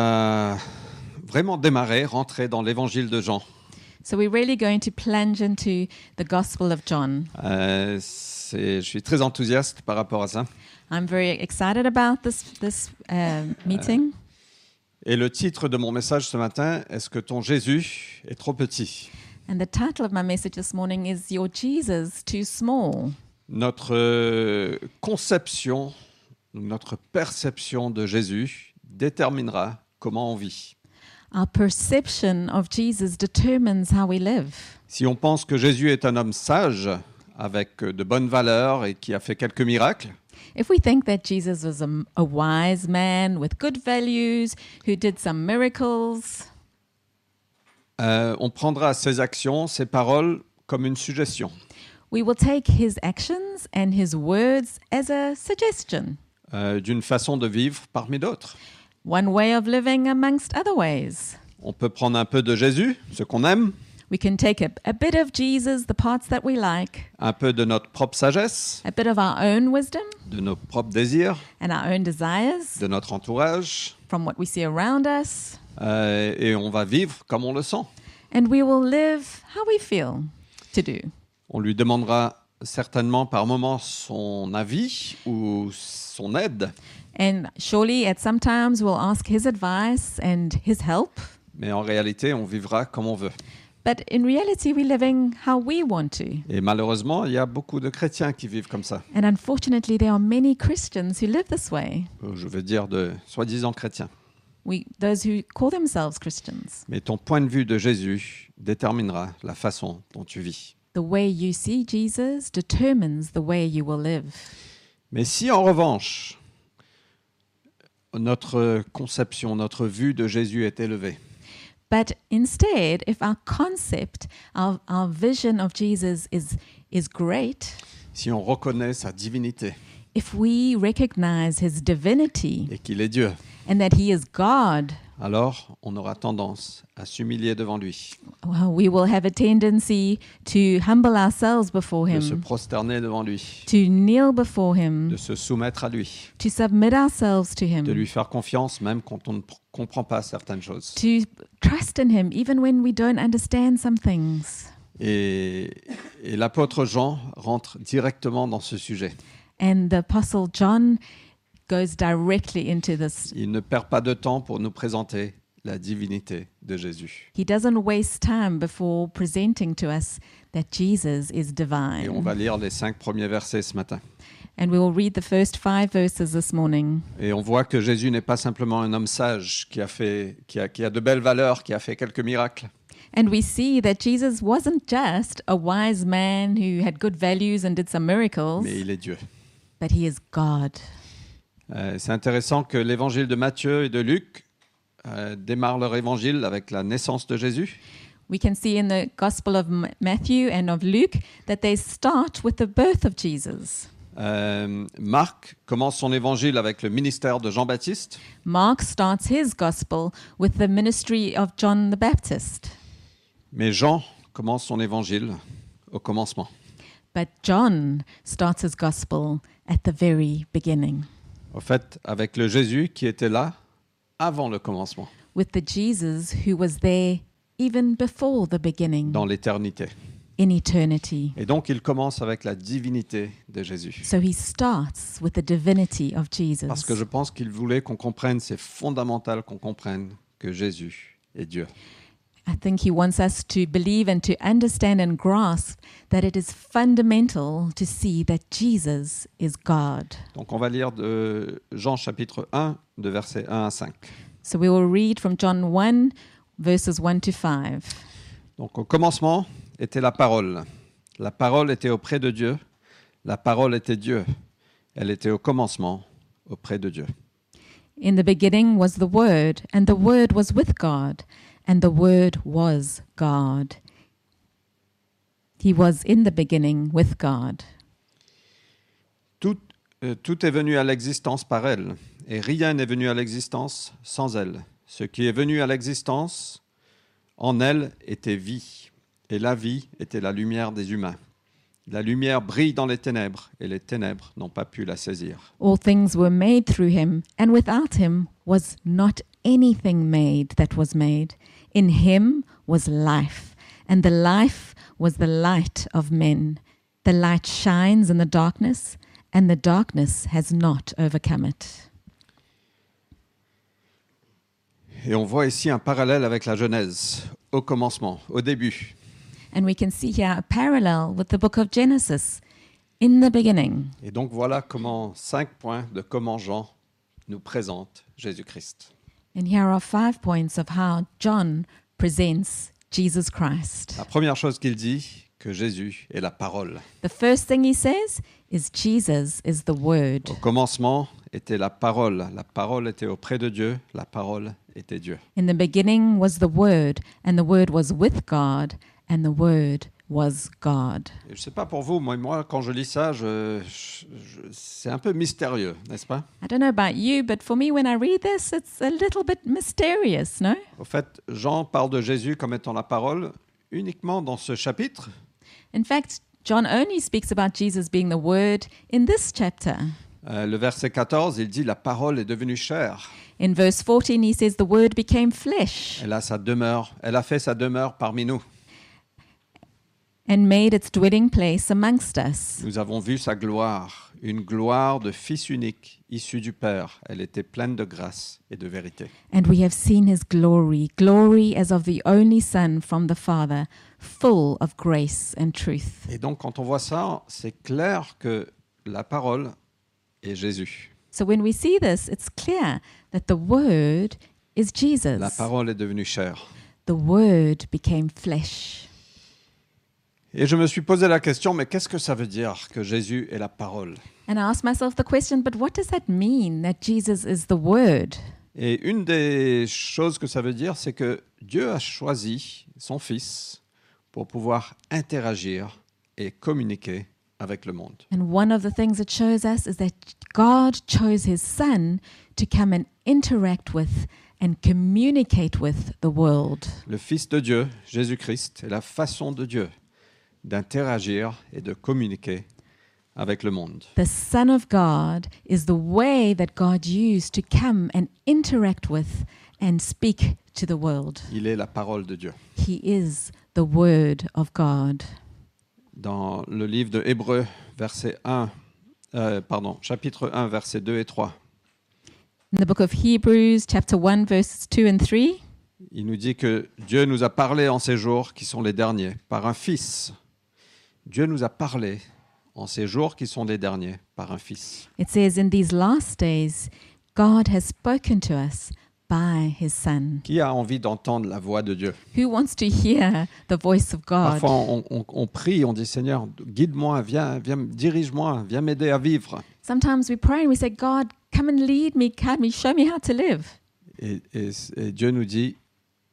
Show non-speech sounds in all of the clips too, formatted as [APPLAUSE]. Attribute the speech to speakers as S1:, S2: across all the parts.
S1: Euh, vraiment démarrer, rentrer dans l'évangile de Jean.
S2: So we're really going to plunge into the Gospel of John.
S1: Euh, c'est- je suis très enthousiaste par rapport à ça.
S2: I'm very excited about this this um meeting.
S1: Et le titre de mon message ce matin, est-ce que ton Jésus est trop petit
S2: And the title of my message this morning is Your Jesus Too Small.
S1: Notre euh, conception, notre perception de Jésus déterminera comment on vit.
S2: Our perception of Jesus determines how we live.
S1: Si on pense que Jésus est un homme sage, avec euh, de bonnes valeurs et qui a fait quelques miracles,
S2: If we think that Jesus was a, a wise man with good values who did some miracles,
S1: euh, on prendra ses actions, ses paroles comme une suggestion.
S2: we will take his actions and his words as a suggestion,
S1: euh, d'une façon de vivre parmi d'autres.
S2: one way of living amongst other ways.
S1: On peut prendre un peu de Jésus, ce qu'on aime,
S2: We can take a, a bit of Jesus, the parts that we like,
S1: un peu de notre propre sagesse,
S2: a bit of our own wisdom
S1: de nos propres désirs,
S2: and our own desires
S1: de notre entourage,
S2: from what we see around us,
S1: euh, et on va vivre comme on le sent.
S2: and we will live how we feel to do.
S1: On lui demandera certainement par moments son avis ou son aide,
S2: And surely at some times we'll ask his advice and his help.
S1: mais en réalité, on vivra comme on veut.
S2: But in reality, we're living how we want to.
S1: Et malheureusement, il y a beaucoup de chrétiens qui vivent comme ça,
S2: And unfortunately, there are many Christians who live this way.
S1: Euh, je veux dire de soi-disant chrétiens.
S2: We, those who call themselves Christians.
S1: Mais ton point de vue de Jésus déterminera la façon dont tu vis.
S2: The way you see Jesus determines the way you will live.
S1: Mais si en revanche, notre conception, notre vue de Jésus est élevée,
S2: But instead, if our concept, our, our vision of Jesus is, is great,
S1: si on reconnaît sa divinité
S2: if we recognize his divinity
S1: et qu'il est Dieu,
S2: and that he is God,
S1: alors on aura tendance à s'humilier devant lui,
S2: well, we will have a tendency to humble ourselves before
S1: de se
S2: him,
S1: prosterner devant lui,
S2: to kneel before him.
S1: de se soumettre à lui,
S2: to submit ourselves to
S1: de
S2: Him,
S1: lui faire confiance même quand on ne pr- comprend pas certaines choses.
S2: to trust in Him even when we don't understand some things.
S1: Et, et l'apôtre Jean rentre directement dans ce sujet.
S2: And the Apostle John goes directly into this.
S1: Il ne perd pas de temps pour nous présenter la divinité de Jésus.
S2: He doesn't waste time before presenting to us that Jesus
S1: Et on
S2: is divine.
S1: va lire les cinq premiers versets ce matin.
S2: And we will read the first five verses this morning.
S1: Et on voit que Jésus n'est pas simplement un homme sage qui a, fait, qui, a, qui a de belles valeurs, qui a fait quelques miracles.
S2: And we see that Jesus wasn't just a wise man who had good values and did some miracles,
S1: Mais il est Dieu.
S2: but He is God.
S1: Euh, c'est intéressant que l'évangile de Matthieu et de Luc euh, démarre leur évangile avec la naissance de Jésus.
S2: We can see in the Gospel of M- Matthew and of Luke that they start with the birth of Jesus.
S1: Euh, Marc commence son évangile avec le ministère de Jean-Baptiste.
S2: Mark starts his Gospel with the ministry of John the Baptist,
S1: Mais Jean commence son évangile au commencement.
S2: but John starts his Gospel at the very beginning
S1: Au fait, avec le Jésus qui était là avant le commencement,
S2: with the Jesus who was there even before the beginning
S1: dans l'éternité.
S2: in eternity.
S1: Et donc il commence avec la divinité de Jésus.
S2: So he starts with the divinity of
S1: Parce
S2: Jesus
S1: que je pense qu'il voulait qu'on comprenne, c'est fondamental qu'on comprenne que Jésus est Dieu.
S2: I think he wants us to believe and to understand and grasp that it is fundamental to see that Jesus is God.
S1: Donc on va lire de Jean chapitre 1, de verset 1 à 5.
S2: So we will read from John 1, verses 1 to 5.
S1: Donc au commencement était la parole. La parole était auprès de Dieu. La parole était Dieu. Elle était au commencement auprès de Dieu.
S2: In the beginning was the Word, and the Word was with God, and the Word was God. He was in the beginning with God.
S1: Tout, euh, tout est venu à l'existence par elle, et rien n'est venu à l'existence sans elle. Ce qui est venu à l'existence en elle était vie, et la vie était la lumière des humains. La lumière brille dans les ténèbres, et les ténèbres n'ont pas pu la saisir.
S2: All things were made through him, and without him was not anything made that was made. In him was life, and the life was the light of men. The light shines in the darkness, and the darkness has not overcome it.
S1: Et on voit ici un parallèle avec la Genèse, au commencement, au début.
S2: And we can see here a parallel with the book of Genesis. In the beginning,
S1: Et donc voilà comment cinq points de comment Jean nous présente Jésus-Christ.
S2: and here are five points of how John presents Jesus Christ.
S1: La première chose qu'il dit, que Jésus est la parole.
S2: The first thing he says is Jesus is the Word.
S1: Au commencement était la parole, la parole était auprès de Dieu, la parole était Dieu.
S2: In the beginning was the Word, and the Word was with God, and the Word was God.
S1: Et je ne sais pas pour vous, moi, moi quand je lis ça, je- je- je- c'est un peu mystérieux, n'est-ce pas
S2: I don't know about you, but for me, when I read this, it's a little bit mysterious, no?
S1: Au fait, Jean parle de Jésus comme étant la parole uniquement dans ce chapitre,
S2: In fact, John only speaks about Jesus being the Word in this chapter.
S1: Euh, le verset 14, il dit La parole est devenue chair.
S2: In verse 14, he says, The Word became flesh
S1: Elle a sa demeure. Elle a fait sa demeure parmi nous.
S2: and made its dwelling place amongst us.
S1: Nous avons vu sa gloire, une gloire de Fils unique, issu du Père. Elle était pleine de grâce et de vérité.
S2: And we have seen his glory, glory as of the only Son from the Father, full of grace and truth.
S1: Et donc, quand on voit ça, c'est clair que la parole est Jésus.
S2: So when we see this, it's clear that the Word is
S1: La
S2: Jesus.
S1: parole est devenue chair.
S2: The Word became flesh.
S1: Et je me suis posé la question, mais qu'est-ce que ça veut dire que Jésus est la parole
S2: And I asked myself the question, but what does that mean that Jesus is the Word?
S1: Et une des choses que ça veut dire, c'est que Dieu a choisi son Fils pour pouvoir interagir et communiquer avec le monde.
S2: And one of the things it shows us is that God chose his Son to come and interact with and communicate with the world.
S1: Le Fils de Dieu, Jésus-Christ, est la façon de Dieu d'interagir et de communiquer avec le monde.
S2: The Son of God is the way that God used to come and interact with and speak to the world.
S1: Il est la parole de Dieu.
S2: He is the Word of God.
S1: Dans le livre de Hébreux, verset 1, euh, pardon, chapitre 1, versets 2 et 3,
S2: In the book of Hebrews, chapter 1, verses 2 and 3,
S1: Il nous dit que Dieu nous a parlé en ces jours qui sont les derniers par un fils. Dieu nous a parlé en ces jours qui sont les derniers par un fils.
S2: it says, In these last days, God has spoken to us by his Son.
S1: Qui a envie d'entendre la voix de Dieu
S2: Who wants to hear the voice of God?
S1: Parfois, on, on- on prie, on dit Seigneur, guide-moi, viens, viens, dirige-moi, viens m'aider à vivre.
S2: Sometimes we pray and we say, God, come and lead me, come and show me how to live.
S1: Et, et- et Dieu nous dit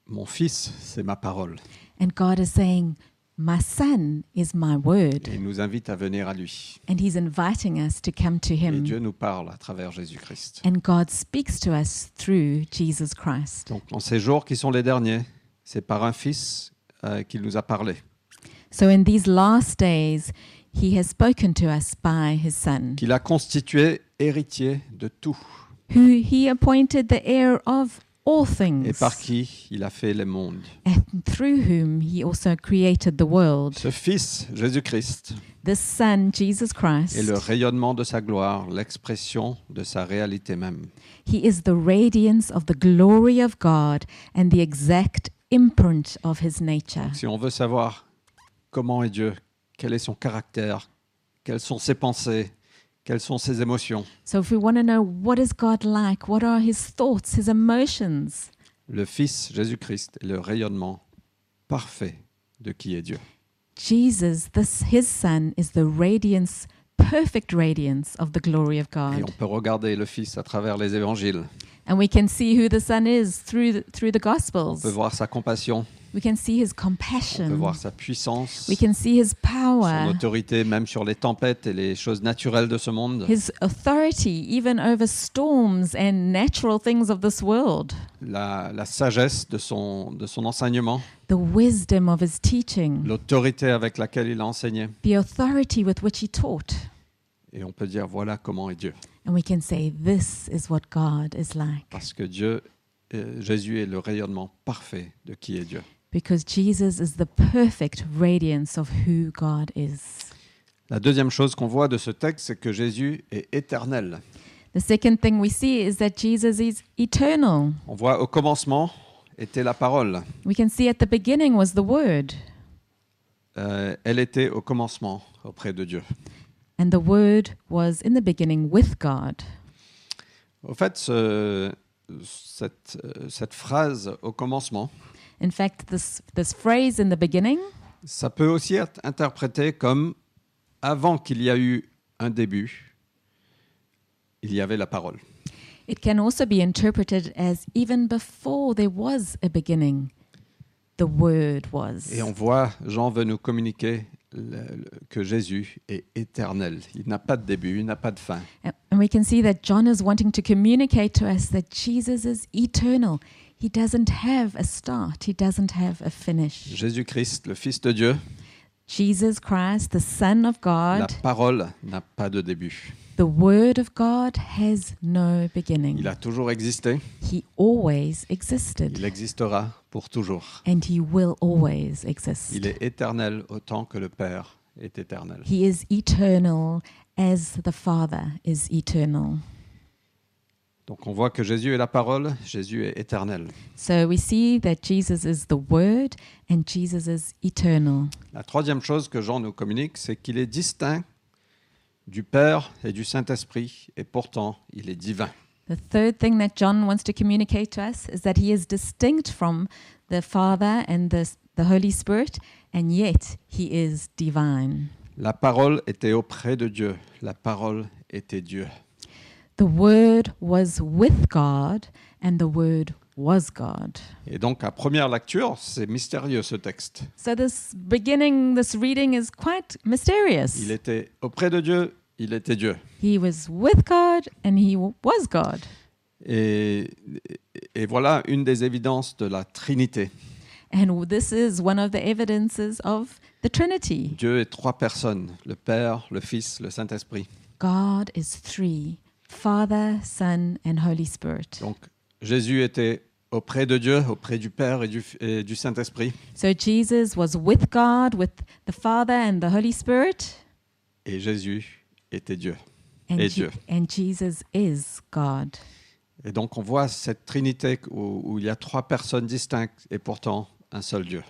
S1: Mon fils, c'est ma parole.
S2: And God is saying, My Son is my
S1: Et
S2: word.
S1: il nous invite à venir à lui.
S2: And he's inviting us to come to
S1: Et
S2: him.
S1: Dieu nous parle à travers Jésus-Christ.
S2: And God speaks to us through Jesus Christ.
S1: Donc, en ces jours qui sont les derniers, c'est par un fils euh, qu'il nous a parlé.
S2: So in these last days, he has spoken to us by his Son,
S1: qu'il a constitué héritier de tout
S2: who he appointed the heir of all
S1: et
S2: things,
S1: par qui il a fait les mondes.
S2: and through whom he also created the world.
S1: Ce Fils, Jésus-Christ,
S2: This Son, Jesus
S1: est
S2: Christ,
S1: le rayonnement de sa gloire, l'expression de sa réalité même.
S2: He is the radiance of the glory of God and the exact imprint of his nature.
S1: Si on veut savoir comment est Dieu, quel est son caractère, quelles sont ses pensées, quelles sont ses émotions,
S2: So, if we want to know what is God like, what are his thoughts, his emotions,
S1: le Fils, Jésus-Christ, est le rayonnement parfait de qui est Dieu.
S2: Jesus, this his son, is the radiance, perfect radiance of the glory of
S1: Et on
S2: God.
S1: peut regarder le Fils à travers les évangiles.
S2: And we can see who the son is through the, through the
S1: On peut
S2: gospels.
S1: voir sa compassion,
S2: We can see his
S1: on peut
S2: compassion.
S1: voir sa puissance.
S2: We can see his
S1: son
S2: power,
S1: autorité même sur les tempêtes et les choses naturelles de ce monde.
S2: his authority even over storms and natural things of this world.
S1: La, la sagesse de son, de son enseignement,
S2: the wisdom of his teaching,
S1: l'autorité avec laquelle il a enseigné.
S2: the authority with which he taught.
S1: Et on peut dire, voilà comment est Dieu.
S2: And we can say, This is what God is like.
S1: Parce que Dieu euh, Jésus est le rayonnement parfait de qui est Dieu.
S2: because Jesus is the perfect radiance of who God is.
S1: La deuxième chose qu'on voit de ce texte, c'est que Jésus est éternel.
S2: The second thing we see is that Jesus is eternal.
S1: On voit au commencement était la parole.
S2: We can see at the beginning was the Word,
S1: Euh, elle était au commencement auprès de Dieu.
S2: and the Word was in the beginning with God.
S1: Au fait, ce- cette, euh, cette phrase au commencement,
S2: In fact, this, this phrase in the beginning
S1: ça peut aussi être interprété comme avant qu'il y a eu un début, il y avait la parole.
S2: It can also be interpreted as even before there was a beginning, the Word was.
S1: Et on voit, Jean veut nous communiquer le- le- que Jésus est éternel. Il n'a pas de début, il n'a pas de fin.
S2: A- And we can see that John is wanting to communicate to us that Jesus is eternal. He doesn't have a start, he doesn't have a finish.
S1: Jésus-Christ, le Fils de Dieu,
S2: Jesus Christ, the Son of
S1: la
S2: God,
S1: parole n'a pas de début.
S2: the Word of God, has no beginning.
S1: Il a toujours existé,
S2: He always
S1: il
S2: existed,
S1: existera pour toujours.
S2: and he will always exist.
S1: Il est éternel autant que le Père est éternel.
S2: He is eternal as the Father is eternal.
S1: Donc on voit que Jésus est la parole, Jésus est éternel.
S2: So we see that Jesus is the Word and Jesus is eternal.
S1: La troisième chose que Jean nous communique, c'est qu'il est distinct du Père et du Saint-Esprit, et pourtant il est divin.
S2: The third thing that John wants to communicate to us is that he is distinct from the Father and the, the Holy Spirit, and yet he is divine.
S1: La parole était auprès de Dieu, la parole était Dieu.
S2: The Word was with God, and the Word was God.
S1: Et donc à première lecture, c'est mystérieux ce texte.
S2: So this beginning, this reading is quite mysterious.
S1: Il était auprès de Dieu, il était Dieu.
S2: He was with God and he w- was God.
S1: Et, et voilà une des évidences de la Trinité.
S2: And w- this is one of the evidences of the Trinity.
S1: Dieu est trois personnes, le Père, le Fils, le Saint-Esprit.
S2: God is three Father, Son, and Holy Spirit.
S1: Donc Jésus était auprès de Dieu, auprès du Père et du, et du Saint-Esprit,
S2: So Jesus was with God, with the Father and the Holy Spirit.
S1: et Jésus était Dieu.
S2: And,
S1: Et
S2: Je-
S1: Dieu.
S2: and Jesus is God.
S1: Et donc on voit cette Trinité où, où il y a trois personnes distinctes et pourtant un seul Dieu.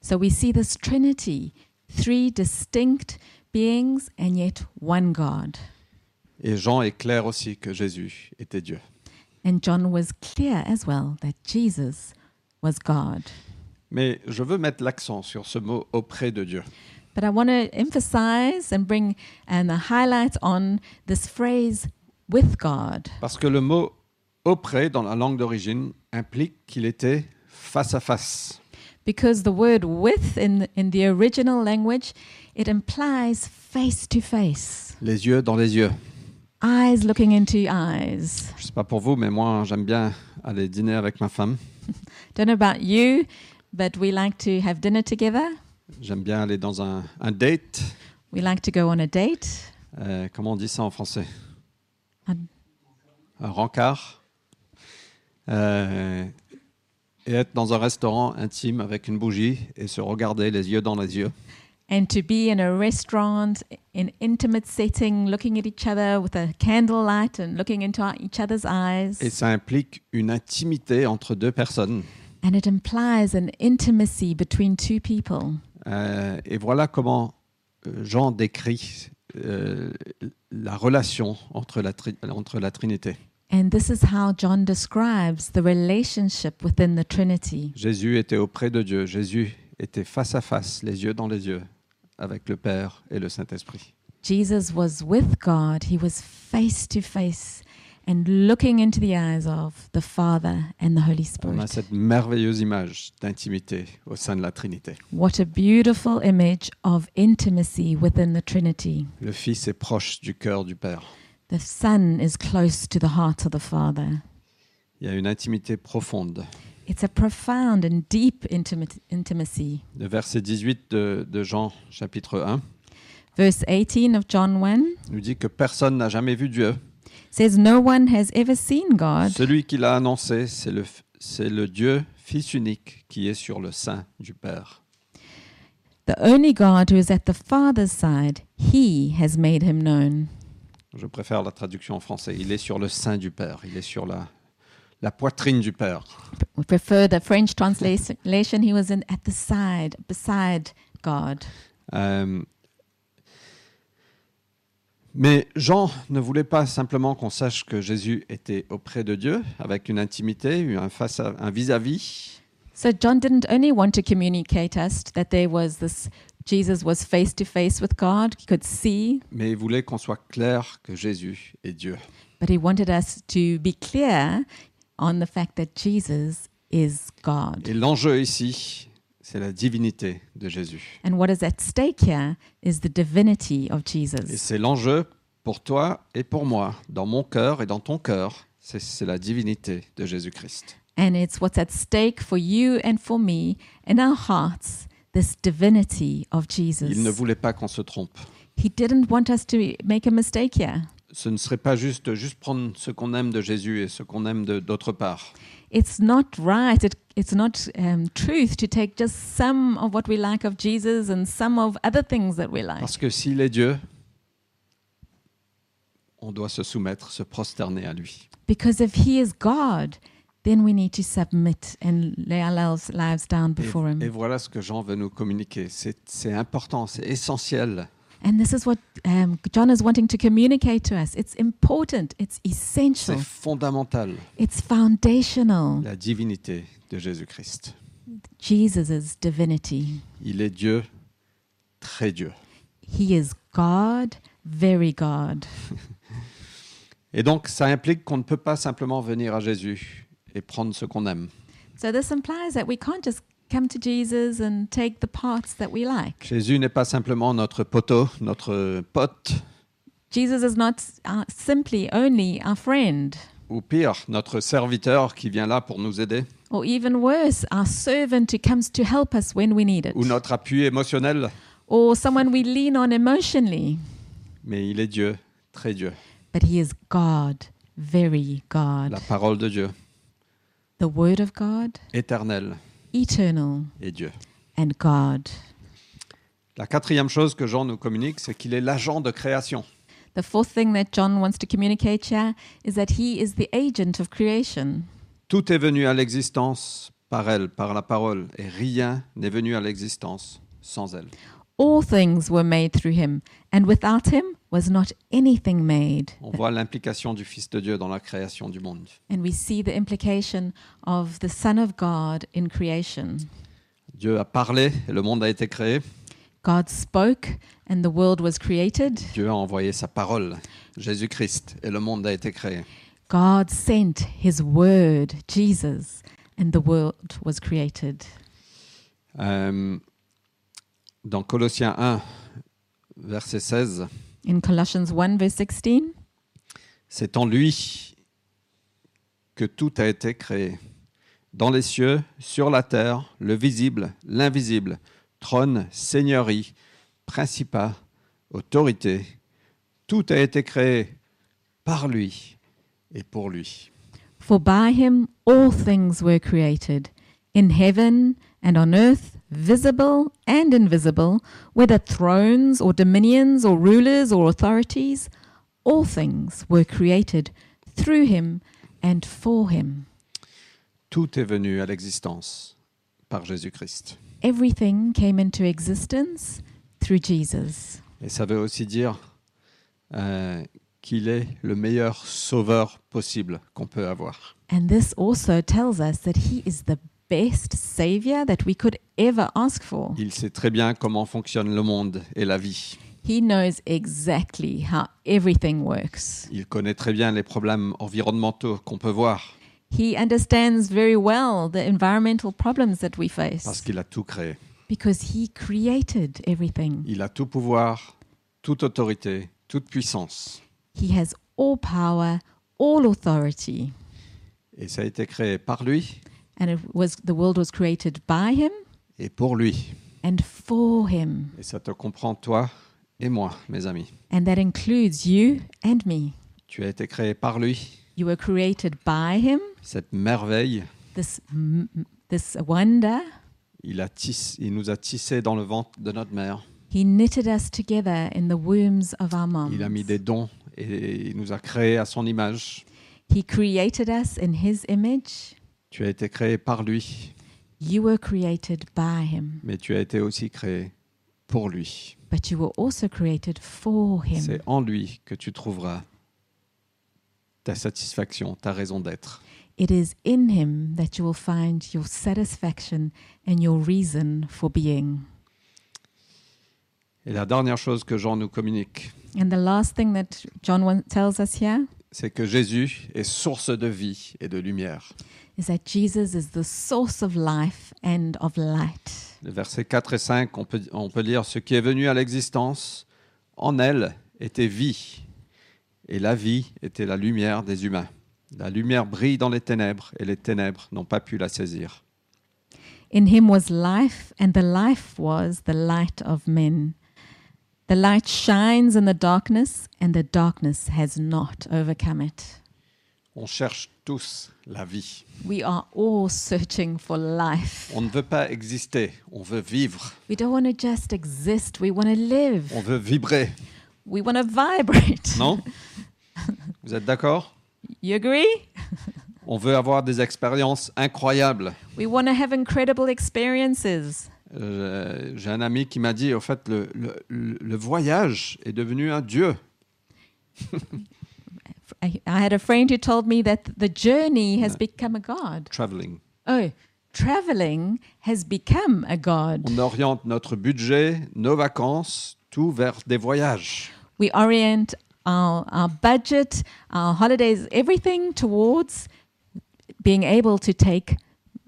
S2: So we see this Trinity, three distinct beings and yet one God.
S1: Et Jean est clair aussi que Jésus était Dieu.
S2: And John was clear as well that Jesus was God.
S1: Mais je veux mettre l'accent sur ce mot auprès de Dieu.
S2: But I want to emphasize and bring and a highlight on this phrase with God
S1: Parce que le mot auprès dans la langue d'origine implique qu'il était face à face.
S2: because the word with in in the original language it implies face to face,
S1: Les yeux dans les yeux.
S2: eyes looking into eyes.
S1: Je sais pas pour vous, mais moi j'aime bien aller dîner avec ma femme.
S2: Don't know about you, but we like to have dinner together.
S1: J'aime bien aller dans un, un date.
S2: We like to go on a date,
S1: Euh, comment on dit ça en français
S2: Un-
S1: Un rencard. Euh, et être dans un restaurant intime avec une bougie et se regarder les yeux dans les yeux.
S2: and to be in a restaurant in intimate setting, looking at each other with a candlelight and looking into our, each other's eyes.
S1: Et ça implique une intimité entre deux personnes.
S2: And it implies an intimacy between two people.
S1: Euh, et voilà comment euh, Jean décrit euh, la relation entre la, tri- entre la Trinité.
S2: And this is how John describes the relationship within the Trinity.
S1: Jésus était auprès de Dieu, Jésus était face à face, les yeux dans les yeux, avec le Père et le Saint-Esprit.
S2: Jesus was with God, he was face to face and looking into the eyes of the Father and the Holy
S1: On a
S2: Spirit.
S1: cette merveilleuse image d'intimité au sein de la Trinité.
S2: What a beautiful image of intimacy within the Trinity.
S1: Le Fils est proche du cœur du Père.
S2: The Son is close to the heart of the Father.
S1: Il y a une intimité profonde.
S2: It's a profound and deep intimate, intimacy.
S1: Le verset 18 de, de Jean chapitre 1
S2: Verse 18 of John 1.
S1: nous dit que personne n'a jamais vu Dieu.
S2: says no one has ever seen God.
S1: Celui qui l'a annoncé, c'est le, c'est le Dieu Fils unique qui est sur le sein du Père.
S2: The only God who is at the Father's side, he has made him known.
S1: Je préfère la traduction en français. Il est sur le sein du Père. Il est sur la, la poitrine du Père.
S2: We prefer the French translation, he was in, at the side, beside God.
S1: Euh, mais Jean ne voulait pas simplement qu'on sache que Jésus était auprès de Dieu, avec une intimité, un face à- un vis-à-vis,
S2: So John didn't only want to communicate us that there was this Jesus was face to face with God, he could see,
S1: mais il voulait qu'on soit clair que Jésus est Dieu.
S2: but he wanted us to be clear on the fact that Jesus is God.
S1: Et l'enjeu ici, c'est la divinité de Jésus.
S2: And what is at stake here is the divinity of
S1: Et
S2: Jesus.
S1: c'est l'enjeu pour toi et pour moi, dans mon cœur et dans ton cœur, c'est- c'est la divinité de Jésus-Christ.
S2: And it's what's at stake for you and for me in our hearts, this divinity of
S1: Il ne
S2: Jesus.
S1: voulait pas qu'on se trompe.
S2: He didn't want us to make a mistake here.
S1: Ce ne serait pas juste juste prendre ce qu'on aime de Jésus et ce qu'on aime de- d'autre part.
S2: It's not right. It, it's not um, truth to take just some of what we like of Jesus and some of other things that we like.
S1: Parce que s'il est Dieu, on doit se soumettre, se prosterner à lui.
S2: Because if He is God, then we need to submit and lay our lives, lives down
S1: Et,
S2: before
S1: et
S2: Him.
S1: voilà ce que Jean veut nous communiquer. C'est c'est important, c'est essentiel.
S2: And this is what um, John is wanting to communicate to us. It's important, it's
S1: C'est
S2: essential,
S1: fondamental,
S2: it's foundational.
S1: la divinité de Jésus-Christ.
S2: Jesus' divinity.
S1: Il est Dieu, très Dieu.
S2: He is God, very God.
S1: Et donc, ça implique qu'on ne peut pas simplement venir à Jésus et prendre ce qu'on aime.
S2: So this implies that we can't just come to Jesus and take the parts that we like.
S1: Jésus n'est pas simplement notre poteau, notre pote,
S2: Jesus is not uh, simply only our friend,
S1: ou pire, notre serviteur qui vient là pour nous aider,
S2: or even worse, our servant who comes to help us when we need it,
S1: ou notre appui émotionnel,
S2: or someone we lean on emotionally.
S1: mais il est Dieu, très Dieu.
S2: But he is God, very God,
S1: La parole de Dieu,
S2: the Word of God,
S1: éternel
S2: eternal,
S1: est Dieu.
S2: and God.
S1: La quatrième chose que Jean nous communique, c'est qu'il est l'agent de création.
S2: The fourth thing that John wants to communicate here is that he is the agent of creation.
S1: Tout est venu à l'existence par elle, par la parole, et rien n'est venu à l'existence sans elle.
S2: All things were made through him, and without him was not anything made.
S1: On voit l'implication du Fils de Dieu dans la création du monde.
S2: And we see the implication of the Son of God in creation.
S1: Dieu a parlé et le monde a été créé.
S2: God spoke, and the world was created.
S1: Dieu a envoyé sa parole, Jésus-Christ, et le monde a été créé.
S2: God sent his word, Jesus, and the world was created.
S1: Euh, dans Colossiens 1, verset 16,
S2: In Colossians 1, verse 16,
S1: c'est en lui que tout a été créé. Dans les cieux, sur la terre, le visible, l'invisible, trône, seigneurie, principat, autorité, tout a été créé par lui et pour lui.
S2: For by him all things were created, in heaven and on earth, visible and invisible, whether thrones or dominions or rulers or authorities, all things were created through him and for him.
S1: Tout est venu à l'existence par Jésus-Christ.
S2: Everything came into existence through Jesus.
S1: Et ça veut aussi dire euh, qu'il est le meilleur sauveur possible qu'on peut avoir.
S2: And this also tells us that he is the best savior that we could ever ask for.
S1: Il sait très bien comment fonctionne le monde et la vie.
S2: He knows exactly how everything works.
S1: Il connaît très bien les problèmes environnementaux qu'on peut voir
S2: He understands very well the environmental problems that we
S1: parce
S2: face
S1: qu'il a tout créé.
S2: because he created everything.
S1: Il a tout pouvoir, toute autorité, toute puissance.
S2: He has all power, all authority,
S1: Et ça a été créé par lui
S2: and it was the world was created by him
S1: et pour lui.
S2: and for him,
S1: Et ça te comprend toi et moi, mes amis.
S2: and that includes you and me.
S1: Tu as été créé par lui,
S2: You were created by him,
S1: cette merveille
S2: this, m- m- this wonder.
S1: Il, a tissé- il nous a tissés dans le ventre de notre mère.
S2: He knitted us together in the wombs of our
S1: Il a mis
S2: moms.
S1: des dons et il nous a créés à son image.
S2: He created us in His image.
S1: Tu as été créé par lui,
S2: You were created by Him,
S1: mais tu as été aussi créé pour lui.
S2: but you were also created for Him.
S1: C'est en lui que tu trouveras ta satisfaction, ta raison d'être.
S2: It is in Him that you will find your satisfaction and your reason for being.
S1: Et la dernière chose que Jean nous communique,
S2: And the last thing that John wan- tells us here
S1: c'est que Jésus est source de vie et de lumière.
S2: is that Jesus is the source of life and of light.
S1: Les versets 4 et 5, on peut, on peut lire Ce qui est venu à l'existence, en elle était vie, et la vie était la lumière des humains. La lumière brille dans les ténèbres, et les ténèbres n'ont pas pu la saisir.
S2: In him was life, and the life was the light of men. The light shines in the darkness, and the darkness has not overcome it.
S1: On cherche tous la vie.
S2: We are all searching for life.
S1: On ne veut pas exister, on veut vivre,
S2: We don't want to just exist, we want to
S1: on
S2: live.
S1: veut vibrer,
S2: We want to vibrate.
S1: non Vous êtes d'accord
S2: [LAUGHS] You agree?
S1: On veut avoir des expériences incroyables.
S2: We want to have incredible experiences.
S1: Euh, J'ai un ami qui m'a dit, au fait, le- le- le voyage est devenu un dieu.
S2: I, I had a friend who told me that the journey has become a god.
S1: Traveling.
S2: Oh, traveling has become a god.
S1: On oriente notre budget, nos vacances, tout vers des voyages.
S2: We orient our, our budget, our holidays, everything towards being able to take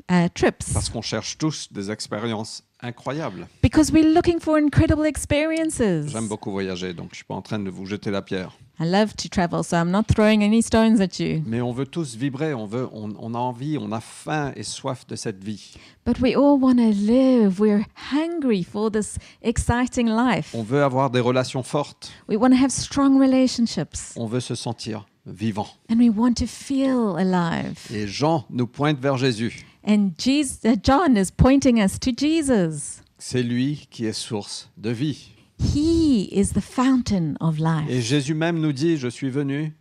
S2: uh,
S1: Parce
S2: trips
S1: qu'on cherche tous des expériences incroyables.
S2: because we're looking for incredible experiences.
S1: J'aime beaucoup voyager, donc je ne suis pas en train de vous jeter la pierre.
S2: I love to travel, so I'm not throwing any stones at you.
S1: Mais on veut tous vibrer, on, veut, on, on a envie, on a faim et soif de cette vie.
S2: But we all want to live. We're hungry for this exciting life.
S1: On veut avoir des relations fortes,
S2: We want to have strong relationships
S1: on veut se sentir vivant.
S2: and we want to feel alive.
S1: Et Jean nous pointe vers Jésus.
S2: And Jesus, uh, John is pointing us to Jesus.
S1: C'est lui qui est source de vie.
S2: He is the fountain of life.
S1: Et Jésus même nous dit, je suis venu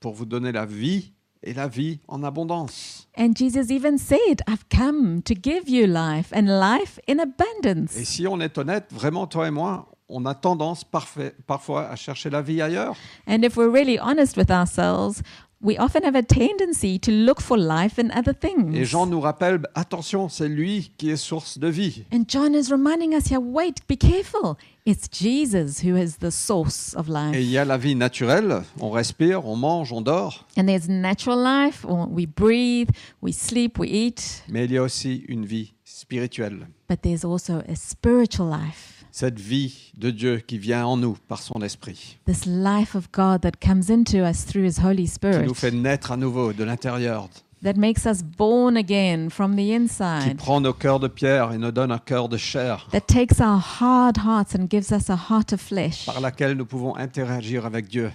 S1: pour vous donner la vie et la vie en abondance.
S2: And Jesus even said, I've come to give you life and life in
S1: Et
S2: abundance.
S1: si on est honnête, vraiment, toi et moi, on a tendance parfait- parfois à chercher la vie ailleurs.
S2: And if we're really honest with ourselves, we often have a tendency to look for life in other
S1: Et
S2: things.
S1: Jean nous rappelle, bah, attention, c'est lui qui est source de vie.
S2: And John is reminding us here wait, be careful. It's Jesus who is the source of
S1: Et
S2: life.
S1: il y a la vie naturelle, on respire, on mange, on dort,
S2: And there's natural life, or we breathe, we sleep, we eat,
S1: mais il y a aussi une vie spirituelle.
S2: but there's also a spiritual life.
S1: Cette vie de Dieu qui vient en nous par son esprit,
S2: This life of God that comes into us through His Holy
S1: qui
S2: Spirit.
S1: nous fait naître à nouveau de l'intérieur,
S2: that makes us born again from the
S1: qui
S2: inside,
S1: prend nos cœurs de pierre et nous donne un cœur de chair,
S2: that takes our hard hearts and gives us a heart of flesh.
S1: par laquelle nous pouvons interagir avec Dieu.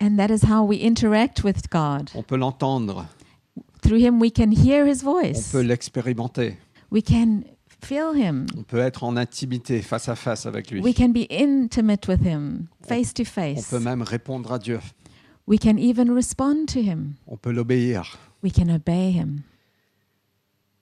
S2: And that is how we interact with God.
S1: On peut l'entendre,
S2: Through Him, we can hear His
S1: on
S2: voice,
S1: peut l'expérimenter.
S2: we can feel Him,
S1: On peut être en intimité face à face avec lui.
S2: we can be intimate with Him, face to
S1: On
S2: face.
S1: peut même répondre à Dieu.
S2: We can even respond to Him,
S1: On peut l'obéir.
S2: we can obey Him.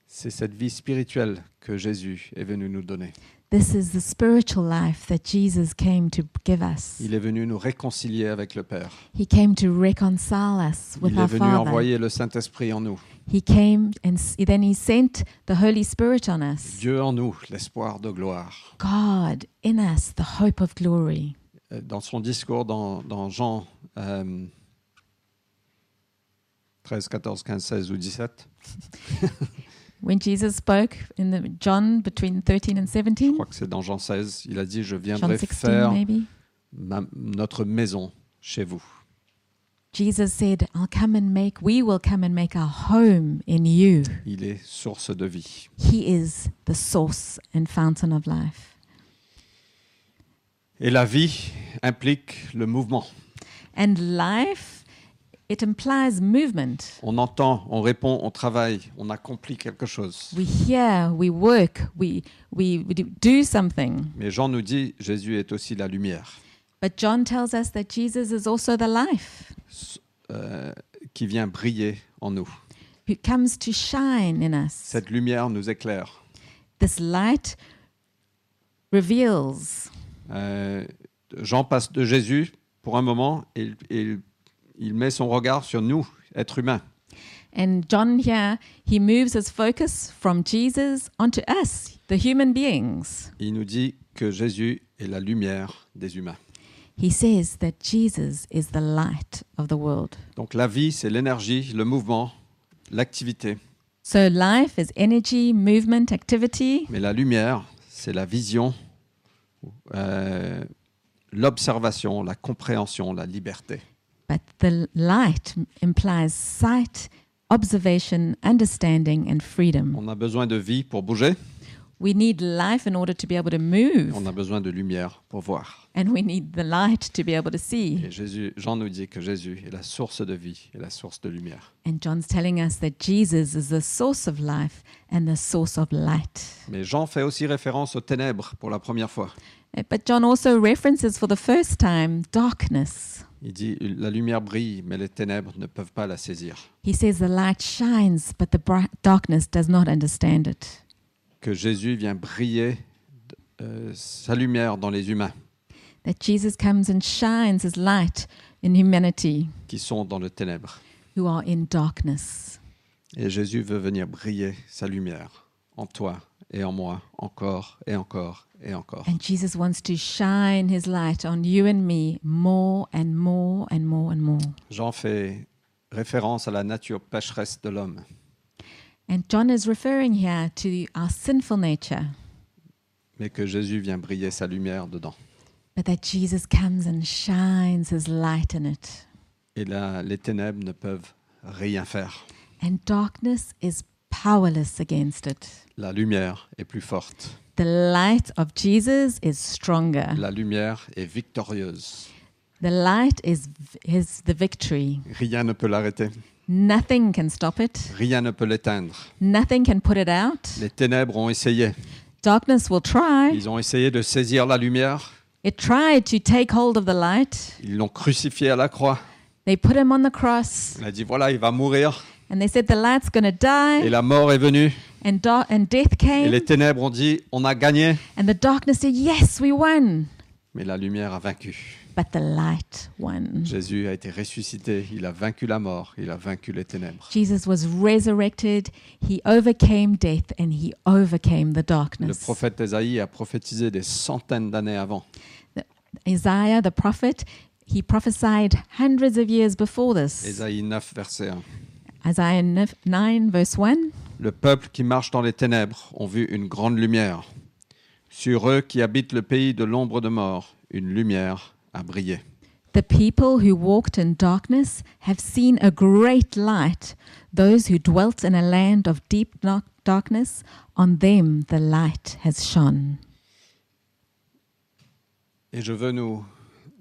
S1: C'est cette vie spirituelle que Jésus est venu nous donner.
S2: This is the spiritual life that Jesus came to give us.
S1: Il est venu nous réconcilier avec le Père.
S2: He came to reconcile us with
S1: Il est
S2: our
S1: venu
S2: Father.
S1: envoyer le Saint-Esprit en nous.
S2: He came and s- then he sent the Holy Spirit on us.
S1: Dieu en nous, l'espoir de gloire.
S2: God in us, the hope of glory.
S1: Euh, Dans son discours dans, dans Jean euh, 13, 14, 15, 16 ou 17,
S2: When Jesus spoke in the John between 13 and
S1: je
S2: 17,
S1: crois que c'est dans Jean 16, il a dit, je
S2: John
S1: viendrai
S2: 16
S1: faire
S2: maybe,
S1: ma- notre maison chez vous.
S2: Jesus said, I'll come and make, we will come and make our home in you.
S1: Il est source de vie.
S2: He is the source and fountain of life.
S1: Et la vie implique le mouvement.
S2: And life It implies movement.
S1: On entend, on répond, on travaille, on accomplit quelque chose.
S2: We hear, we work, we, we, we do- do something.
S1: Mais Jean nous dit, Jésus est aussi la lumière
S2: But John tells us that Jesus is also the life
S1: euh, qui vient briller en nous.
S2: who comes to shine in us.
S1: Cette lumière nous éclaire.
S2: This light reveals.
S1: Euh, Jean passe de Jésus pour un moment et, il- et il- il met son regard sur nous, êtres humains.
S2: And John here, he moves his focus from Jesus onto us, the human beings.
S1: Il nous dit que Jésus est la lumière des humains.
S2: He says that Jesus is the light of the world.
S1: Donc la vie, c'est l'énergie, le mouvement, l'activité.
S2: So life is energy, movement, activity,
S1: Mais la lumière, c'est la vision, euh, l'observation, la compréhension, la liberté.
S2: but the light implies sight, observation, understanding, and freedom.
S1: On a besoin de vie pour bouger,
S2: We need life in order to be able to
S1: et on
S2: move,
S1: a besoin de lumière pour voir.
S2: and we need the light to be able to see.
S1: Et Jésus, Jean nous dit que Jésus est la source de vie et la source de lumière.
S2: And John's telling us that Jesus is the source of life and the source of light.
S1: Mais Jean fait aussi référence aux ténèbres pour la première fois.
S2: Uh, But John also references for the first time darkness.
S1: Il dit la lumière brille, mais les ténèbres ne peuvent pas la saisir.
S2: He says the light shines, but the bright darkness does not understand it.
S1: Que Jésus vient briller euh, sa lumière dans les humains
S2: That Jesus comes and shines his light in humanity
S1: qui sont dans les ténèbres.
S2: who are in darkness.
S1: Et Jésus veut venir briller sa lumière en toi et en moi, encore et encore et encore.
S2: And Jesus wants to shine his light on you and me more and more and more and more.
S1: Jean fait référence à la nature pécheresse de l'homme.
S2: And John is referring here to our sinful nature,
S1: mais que Jésus vient briller sa lumière dedans.
S2: but that Jesus comes and shines his light in it.
S1: Et là, les ténèbres ne peuvent rien faire.
S2: And darkness is powerless against it.
S1: La lumière est plus forte.
S2: The light of Jesus is stronger.
S1: La lumière est victorieuse.
S2: The light is, is the victory.
S1: Rien ne peut l'arrêter.
S2: Nothing can stop it.
S1: Rien ne peut l'éteindre.
S2: Nothing can put it out.
S1: Les ténèbres ont essayé.
S2: Darkness will try.
S1: Ils ont essayé de saisir la lumière.
S2: It tried to take hold of the light.
S1: Ils l'ont crucifié à la croix.
S2: They put him on the cross
S1: Il a dit voilà, il va mourir.
S2: and they said the light's going to
S1: Et
S2: die.
S1: la mort est venue.
S2: And, dar- and death
S1: Et les
S2: came.
S1: ténèbres ont dit on a gagné.
S2: And the darkness said, Yes, we won.
S1: Mais la lumière a vaincu.
S2: But the light won.
S1: Jésus a été ressuscité. Il a vaincu la mort. Il a vaincu les ténèbres.
S2: Jesus was resurrected. He overcame death and he overcame the
S1: Le
S2: darkness.
S1: prophète Ésaïe a prophétisé des centaines d'années avant.
S2: Isaiah the prophet, he prophesied hundreds of years before this.
S1: Ésaïe 9, verset 1.
S2: Isaiah 9, verse 1.
S1: Le peuple qui marche dans les ténèbres ont vu une grande lumière. Sur eux qui habitent le pays de l'ombre de mort, une lumière a brillé.
S2: The people who walked in darkness have seen a great light. Those who dwelt in a land of deep dark- darkness, on them the light has shone.
S1: Et je veux nous,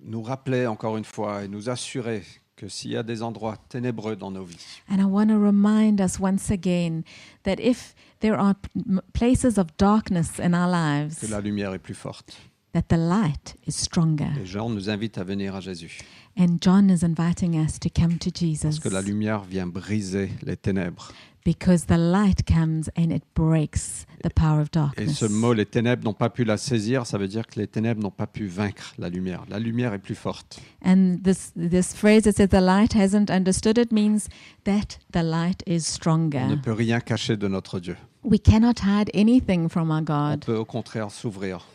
S1: nous rappeler encore une fois et nous assurer que s'il y a des endroits ténébreux dans nos vies,
S2: And I want to remind us once again that if there are p- m- places of darkness in our
S1: que
S2: lives,
S1: la lumière est plus forte.
S2: that the light is stronger.
S1: Et Jean nous invite à venir à Jésus,
S2: And John is inviting us to come to Jesus.
S1: parce que la lumière vient briser les ténèbres.
S2: Because the light comes and it breaks the power of
S1: Et
S2: darkness.
S1: ce mot, les ténèbres n'ont pas pu la saisir, ça veut dire que les ténèbres n'ont pas pu vaincre la lumière. La lumière est plus forte.
S2: And this this phrase that says the light hasn't understood it means that the light is
S1: On ne
S2: stronger.
S1: peut rien cacher de notre Dieu.
S2: We cannot hide anything from
S1: On
S2: our God,
S1: peut au contraire s'ouvrir.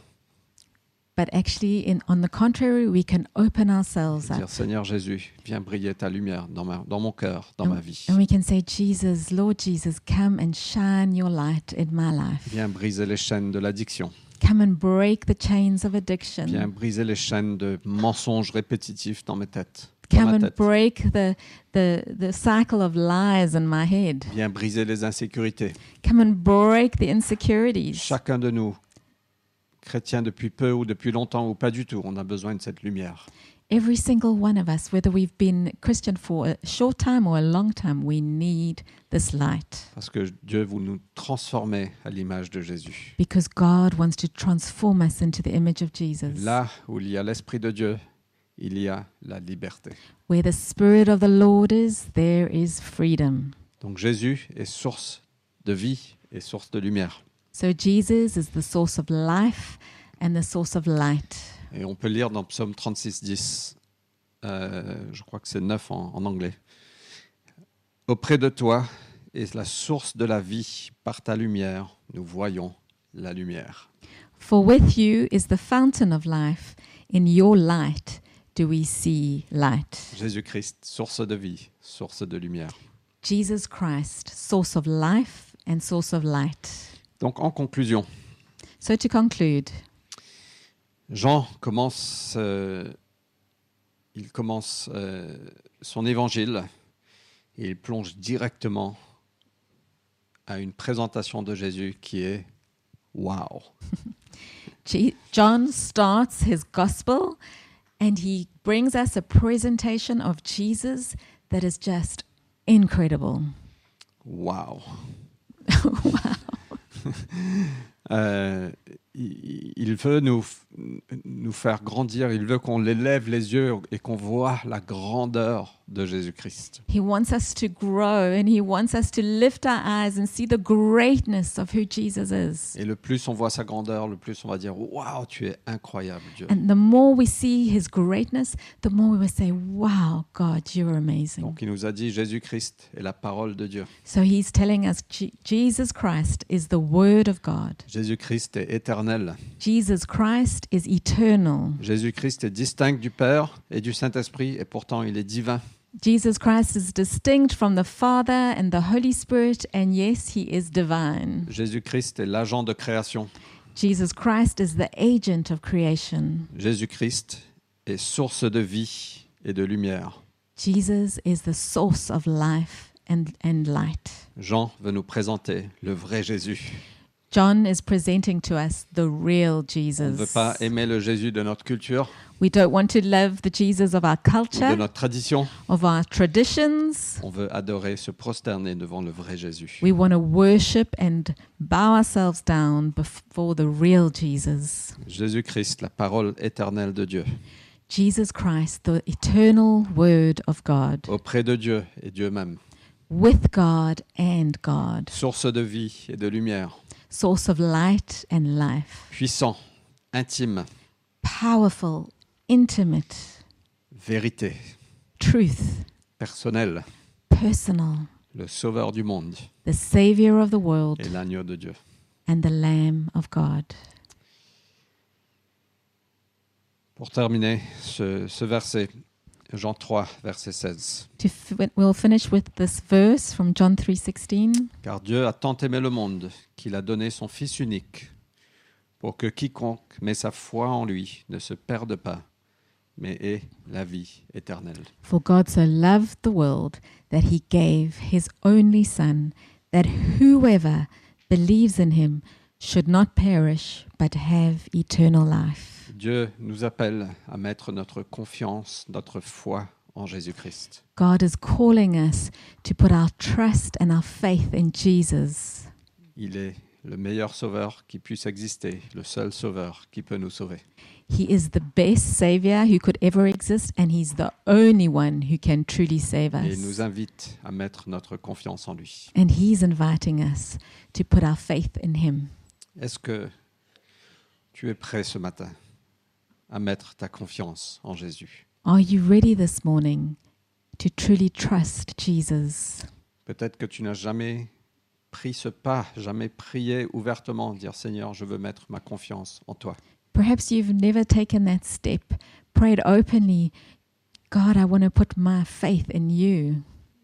S2: but actually, in, on the contrary, we can open ourselves
S1: Dire
S2: up.
S1: Seigneur Jésus, viens briller ta lumière dans, ma- dans mon cœur, dans ma vie.
S2: And we can say, Jesus, Lord Jesus, come and shine your light in my life.
S1: Viens briser les chaînes de l'addiction.
S2: Come and break the chains of
S1: Viens
S2: addiction.
S1: briser les chaînes de mensonges répétitifs dans mes têtes. Dans
S2: Come
S1: ma
S2: and
S1: tête.
S2: break the, the, the cycle of lies in my head.
S1: Viens briser les insécurités.
S2: Come and break the insecurities.
S1: Chacun de nous, chrétien depuis peu ou depuis longtemps ou pas du tout, on a besoin de cette lumière.
S2: Every single one of us, whether we've been Christian for a short time or a long time, we need this light
S1: Parce que Dieu veut nous transformer à l'image de Jésus.
S2: because God wants to transform us into the image of Jesus.
S1: Là où il y a l'Esprit de Dieu, il y a la liberté.
S2: Where the Spirit of the Lord is, there is freedom.
S1: Donc Jésus est source de vie et source de lumière.
S2: So Jesus is the source of life and the source of light.
S1: Et on peut lire dans Psaume 36, 10, euh, je crois que c'est 9 en, en anglais. Auprès de toi est la source de la vie, par ta lumière, nous voyons la lumière.
S2: For with you is the fountain of life. In your light do we see light.
S1: Jésus-Christ, source de vie, source de lumière.
S2: Jesus Christ, source of life and source of light.
S1: Donc en conclusion,
S2: So to conclude,
S1: Jean commence, euh, il commence euh, son évangile et il plonge directement à une présentation de Jésus qui est wow.
S2: Je- John starts his gospel and he brings us a presentation of Jesus that is just incredible.
S1: Wow. [LAUGHS] Euh, il il veut nous, f- nous faire grandir, il veut qu'on élève les yeux et qu'on voit la grandeur de Jésus-Christ.
S2: He wants us to grow and he wants us to lift our eyes and see the greatness of who Jesus is.
S1: Et le plus on voit sa grandeur, le plus on va dire Waouh, tu es incroyable, Dieu.
S2: And the more we see his greatness, the more we will say, Wow, God, you're amazing.
S1: Donc il nous a dit Jésus-Christ est la parole de Dieu.
S2: So he's telling us Je- Jesus Christ is the Word of God.
S1: Jésus-Christ est éternel.
S2: Jesus Christ is eternal.
S1: Jésus-Christ est distinct du Père et du Saint-Esprit et pourtant il est divin.
S2: Jesus Christ is distinct from the Father and the Holy Spirit, and yes, he is divine.
S1: Jésus-Christ est l'agent de création.
S2: Jesus Christ is the agent of creation.
S1: Jésus-Christ est source de vie et de lumière.
S2: Jesus is the source of life and, and light.
S1: Jean veut nous présenter le vrai Jésus.
S2: John is presenting to us the
S1: On
S2: real
S1: ne veut
S2: Jesus.
S1: pas aimer le Jésus de notre culture,
S2: We don't want to love the Jesus of our
S1: ou de
S2: culture,
S1: notre tradition.
S2: of our traditions.
S1: On veut adorer, se prosterner devant le vrai Jésus.
S2: We want to worship and bow ourselves down before the real Jesus.
S1: Jésus-Christ, la parole éternelle de Dieu.
S2: Jesus Christ, the eternal Word of God,
S1: Auprès de Dieu et Dieu même.
S2: with God and God,
S1: Source de vie et de lumière.
S2: source of light and life,
S1: Puissant, intime,
S2: powerful, intimate,
S1: vérité,
S2: truth,
S1: personnel.
S2: personal,
S1: Le sauveur du monde
S2: the Savior of the world
S1: et l'agneau de Dieu.
S2: and the Lamb of God.
S1: Pour terminer ce, ce verset, Jean 3, verset 16.
S2: To f- we'll finish with this verse from John 3:16.
S1: Car Dieu a tant aimé le monde qu'il a donné son Fils unique, pour que quiconque met sa foi en lui ne se perde pas, mais ait la vie éternelle.
S2: For God so loved the world that he gave his only Son, that whoever believes in him should not perish, but have eternal life.
S1: Dieu nous appelle à mettre notre confiance, notre foi en Jésus-Christ.
S2: God is calling us to put our trust and our faith in Jesus.
S1: Il est le meilleur sauveur qui puisse exister, le seul sauveur qui peut nous sauver.
S2: He is the best Savior who could ever exist, and He's the only one who can truly save
S1: Et il nous
S2: us.
S1: invite à mettre notre confiance en lui.
S2: And He's inviting us to put our faith in Him.
S1: Est-ce que tu es prêt ce matin à mettre ta confiance en Jésus
S2: Are you ready this morning to truly trust Jesus?
S1: Peut-être que tu n'as jamais pris ce pas, jamais prié ouvertement, dire Seigneur, je veux mettre ma confiance en toi.
S2: Perhaps you've never taken that step, prayed openly, God, I want to put my faith in you.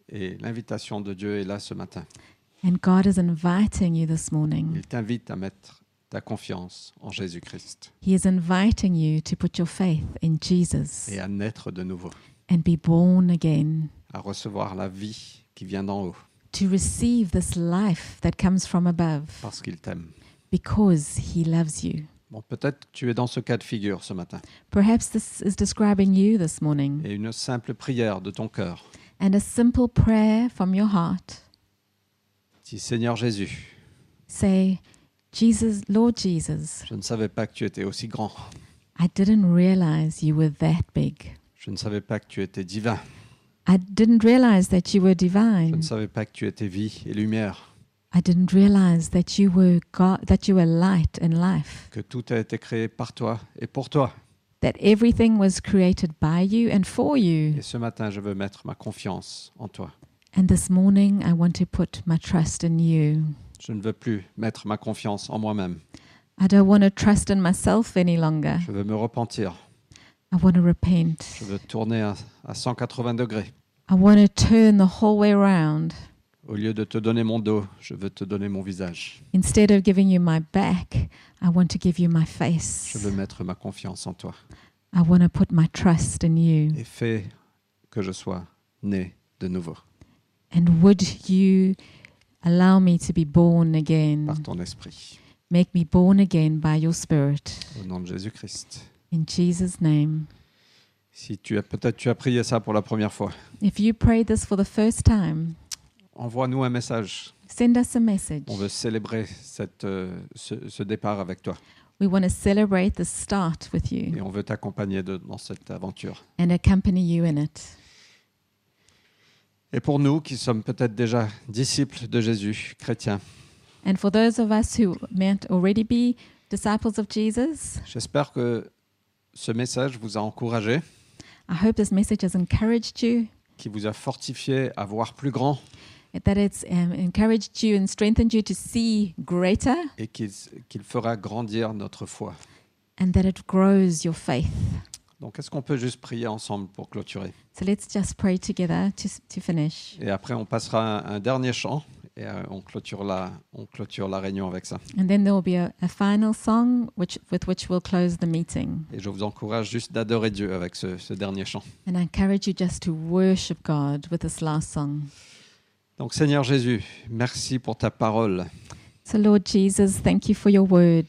S1: Et l'invitation de Dieu est là ce matin.
S2: And God is inviting you this morning.
S1: Il t'invite à mettre ta confiance en Jésus-Christ
S2: He is inviting you to put your faith in Jesus
S1: et à naître de nouveau,
S2: and be born again,
S1: à recevoir la vie qui vient d'en haut,
S2: to receive this life that comes from above
S1: parce qu'il t'aime.
S2: because He loves you.
S1: Bon, peut-être que tu es dans ce cas de figure ce matin.
S2: Perhaps this is describing you this morning.
S1: Et une simple prière de ton cœur.
S2: And a simple prayer from your heart
S1: Dis Seigneur Jésus,
S2: say, Jesus, Lord Jesus,
S1: je ne savais pas que tu étais aussi grand.
S2: I didn't realize you were that big.
S1: Je ne savais pas que tu étais divin.
S2: I didn't realize that you were
S1: Je ne
S2: divine.
S1: savais pas que tu étais vie et lumière.
S2: I didn't realize that you were God, that you were light and life,
S1: Que tout a été créé par toi et pour toi.
S2: that everything was created by you and for you.
S1: Et ce matin, je veux mettre ma confiance en toi.
S2: And this morning, I want to put my trust in you.
S1: Je ne veux plus mettre ma confiance en moi-même.
S2: I don't want to trust in myself any longer.
S1: Je veux me repentir.
S2: I want to repent.
S1: Je veux tourner à, à 180 degrés.
S2: I want to turn the whole way around.
S1: Au lieu de te donner mon dos, je veux te donner mon visage.
S2: Instead of giving you my back, I want to give you my
S1: Je
S2: face.
S1: veux mettre ma confiance en toi.
S2: I want to put my trust in you.
S1: Et fais que je sois né de nouveau
S2: And would you allow me to be born
S1: par
S2: again?
S1: ton esprit.
S2: Make me born again by your Spirit.
S1: Au nom de Jésus-Christ.
S2: In Jesus' name.
S1: Si tu as peut-être tu as prié ça pour la première fois,
S2: If you prayed this for the first time,
S1: envoie-nous un message.
S2: send us a message.
S1: On veut célébrer cette, euh, ce, ce départ avec toi
S2: We want to celebrate the start with you
S1: et on veut t'accompagner de- dans cette aventure.
S2: and accompany you in it.
S1: Et pour nous qui sommes peut-être déjà disciples de Jésus, chrétiens,
S2: And for those of us who meant already be disciples of Jesus,
S1: j'espère que ce message vous a encouragé.
S2: I hope this message has encouraged you,
S1: qui vous a fortifié à voir plus grand
S2: that it's um, encouraged you and strengthened you to see greater,
S1: et qu'il qu'il fera grandir notre foi.
S2: and that it grows your faith.
S1: Donc est-ce qu'on peut juste prier ensemble pour clôturer
S2: So let's just pray together to, s- to finish.
S1: Et après on passera à un, un dernier chant et euh, on, clôture la, on clôture la réunion avec ça.
S2: And then there will be a, a final song which, with which we'll close the meeting.
S1: Et je vous encourage juste d'adorer Dieu avec ce, ce dernier chant.
S2: And I encourage you just to worship God with this last song.
S1: Donc Seigneur Jésus, merci pour ta parole
S2: So, Lord Jesus, thank you for your word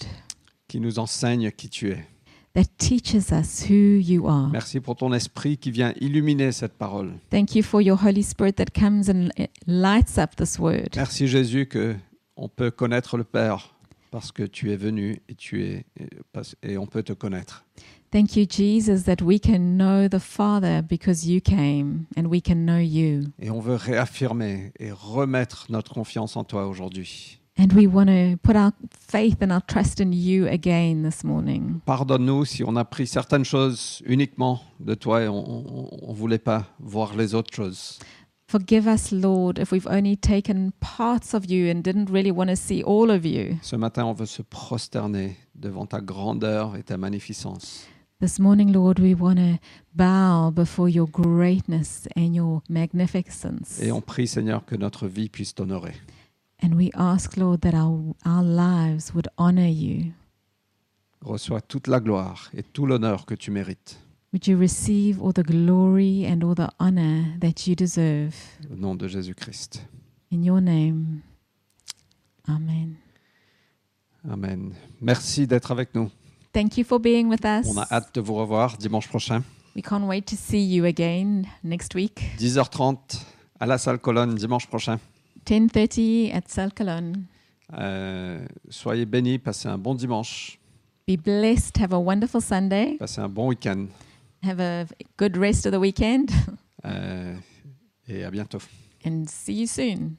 S1: qui nous enseigne qui tu es.
S2: that teaches us who you are.
S1: Merci pour ton esprit qui vient illuminer cette parole.
S2: Thank you for your Holy Spirit that comes and eh, lights up this word.
S1: Merci Jésus que on peut connaître le Père parce que tu es venu et tu es et parce- et on peut te connaître.
S2: Thank you, Jesus, that we can know the Father because you came and we can know you.
S1: Et on veut réaffirmer et remettre notre confiance en toi aujourd'hui.
S2: And we want to put our faith and our trust in you again this morning.
S1: Pardonne-nous si on a pris certaines choses uniquement de toi et on ne voulait pas voir les autres choses.
S2: Forgive us, Lord, if we've only taken parts of you and didn't really want to see all of you.
S1: Ce matin, on veut se prosterner devant ta grandeur et ta magnificence.
S2: This morning, Lord, we want to bow before your greatness and your magnificence.
S1: Et on prie, Seigneur, que notre vie puisse t'honorer.
S2: And we ask, Lord, that our, our lives would honor you.
S1: Reçois toute la gloire et tout l'honneur que tu mérites.
S2: Would you receive all the glory and all the honor that you deserve?
S1: Au nom de Jésus-Christ.
S2: In your name, Amen.
S1: Amen. Merci d'être avec nous.
S2: Thank you for being with us.
S1: On a hâte de vous revoir dimanche prochain,
S2: We can't wait to see you again next week,
S1: 10h30 à la salle Colonne dimanche prochain.
S2: 10.30 at Salkalon.
S1: Euh, soyez bénis, passez un bon dimanche,
S2: Be blessed. Have a wonderful Sunday.
S1: passez un bon week-end
S2: Have a good rest of the weekend
S1: euh, et à bientôt.
S2: and see you soon.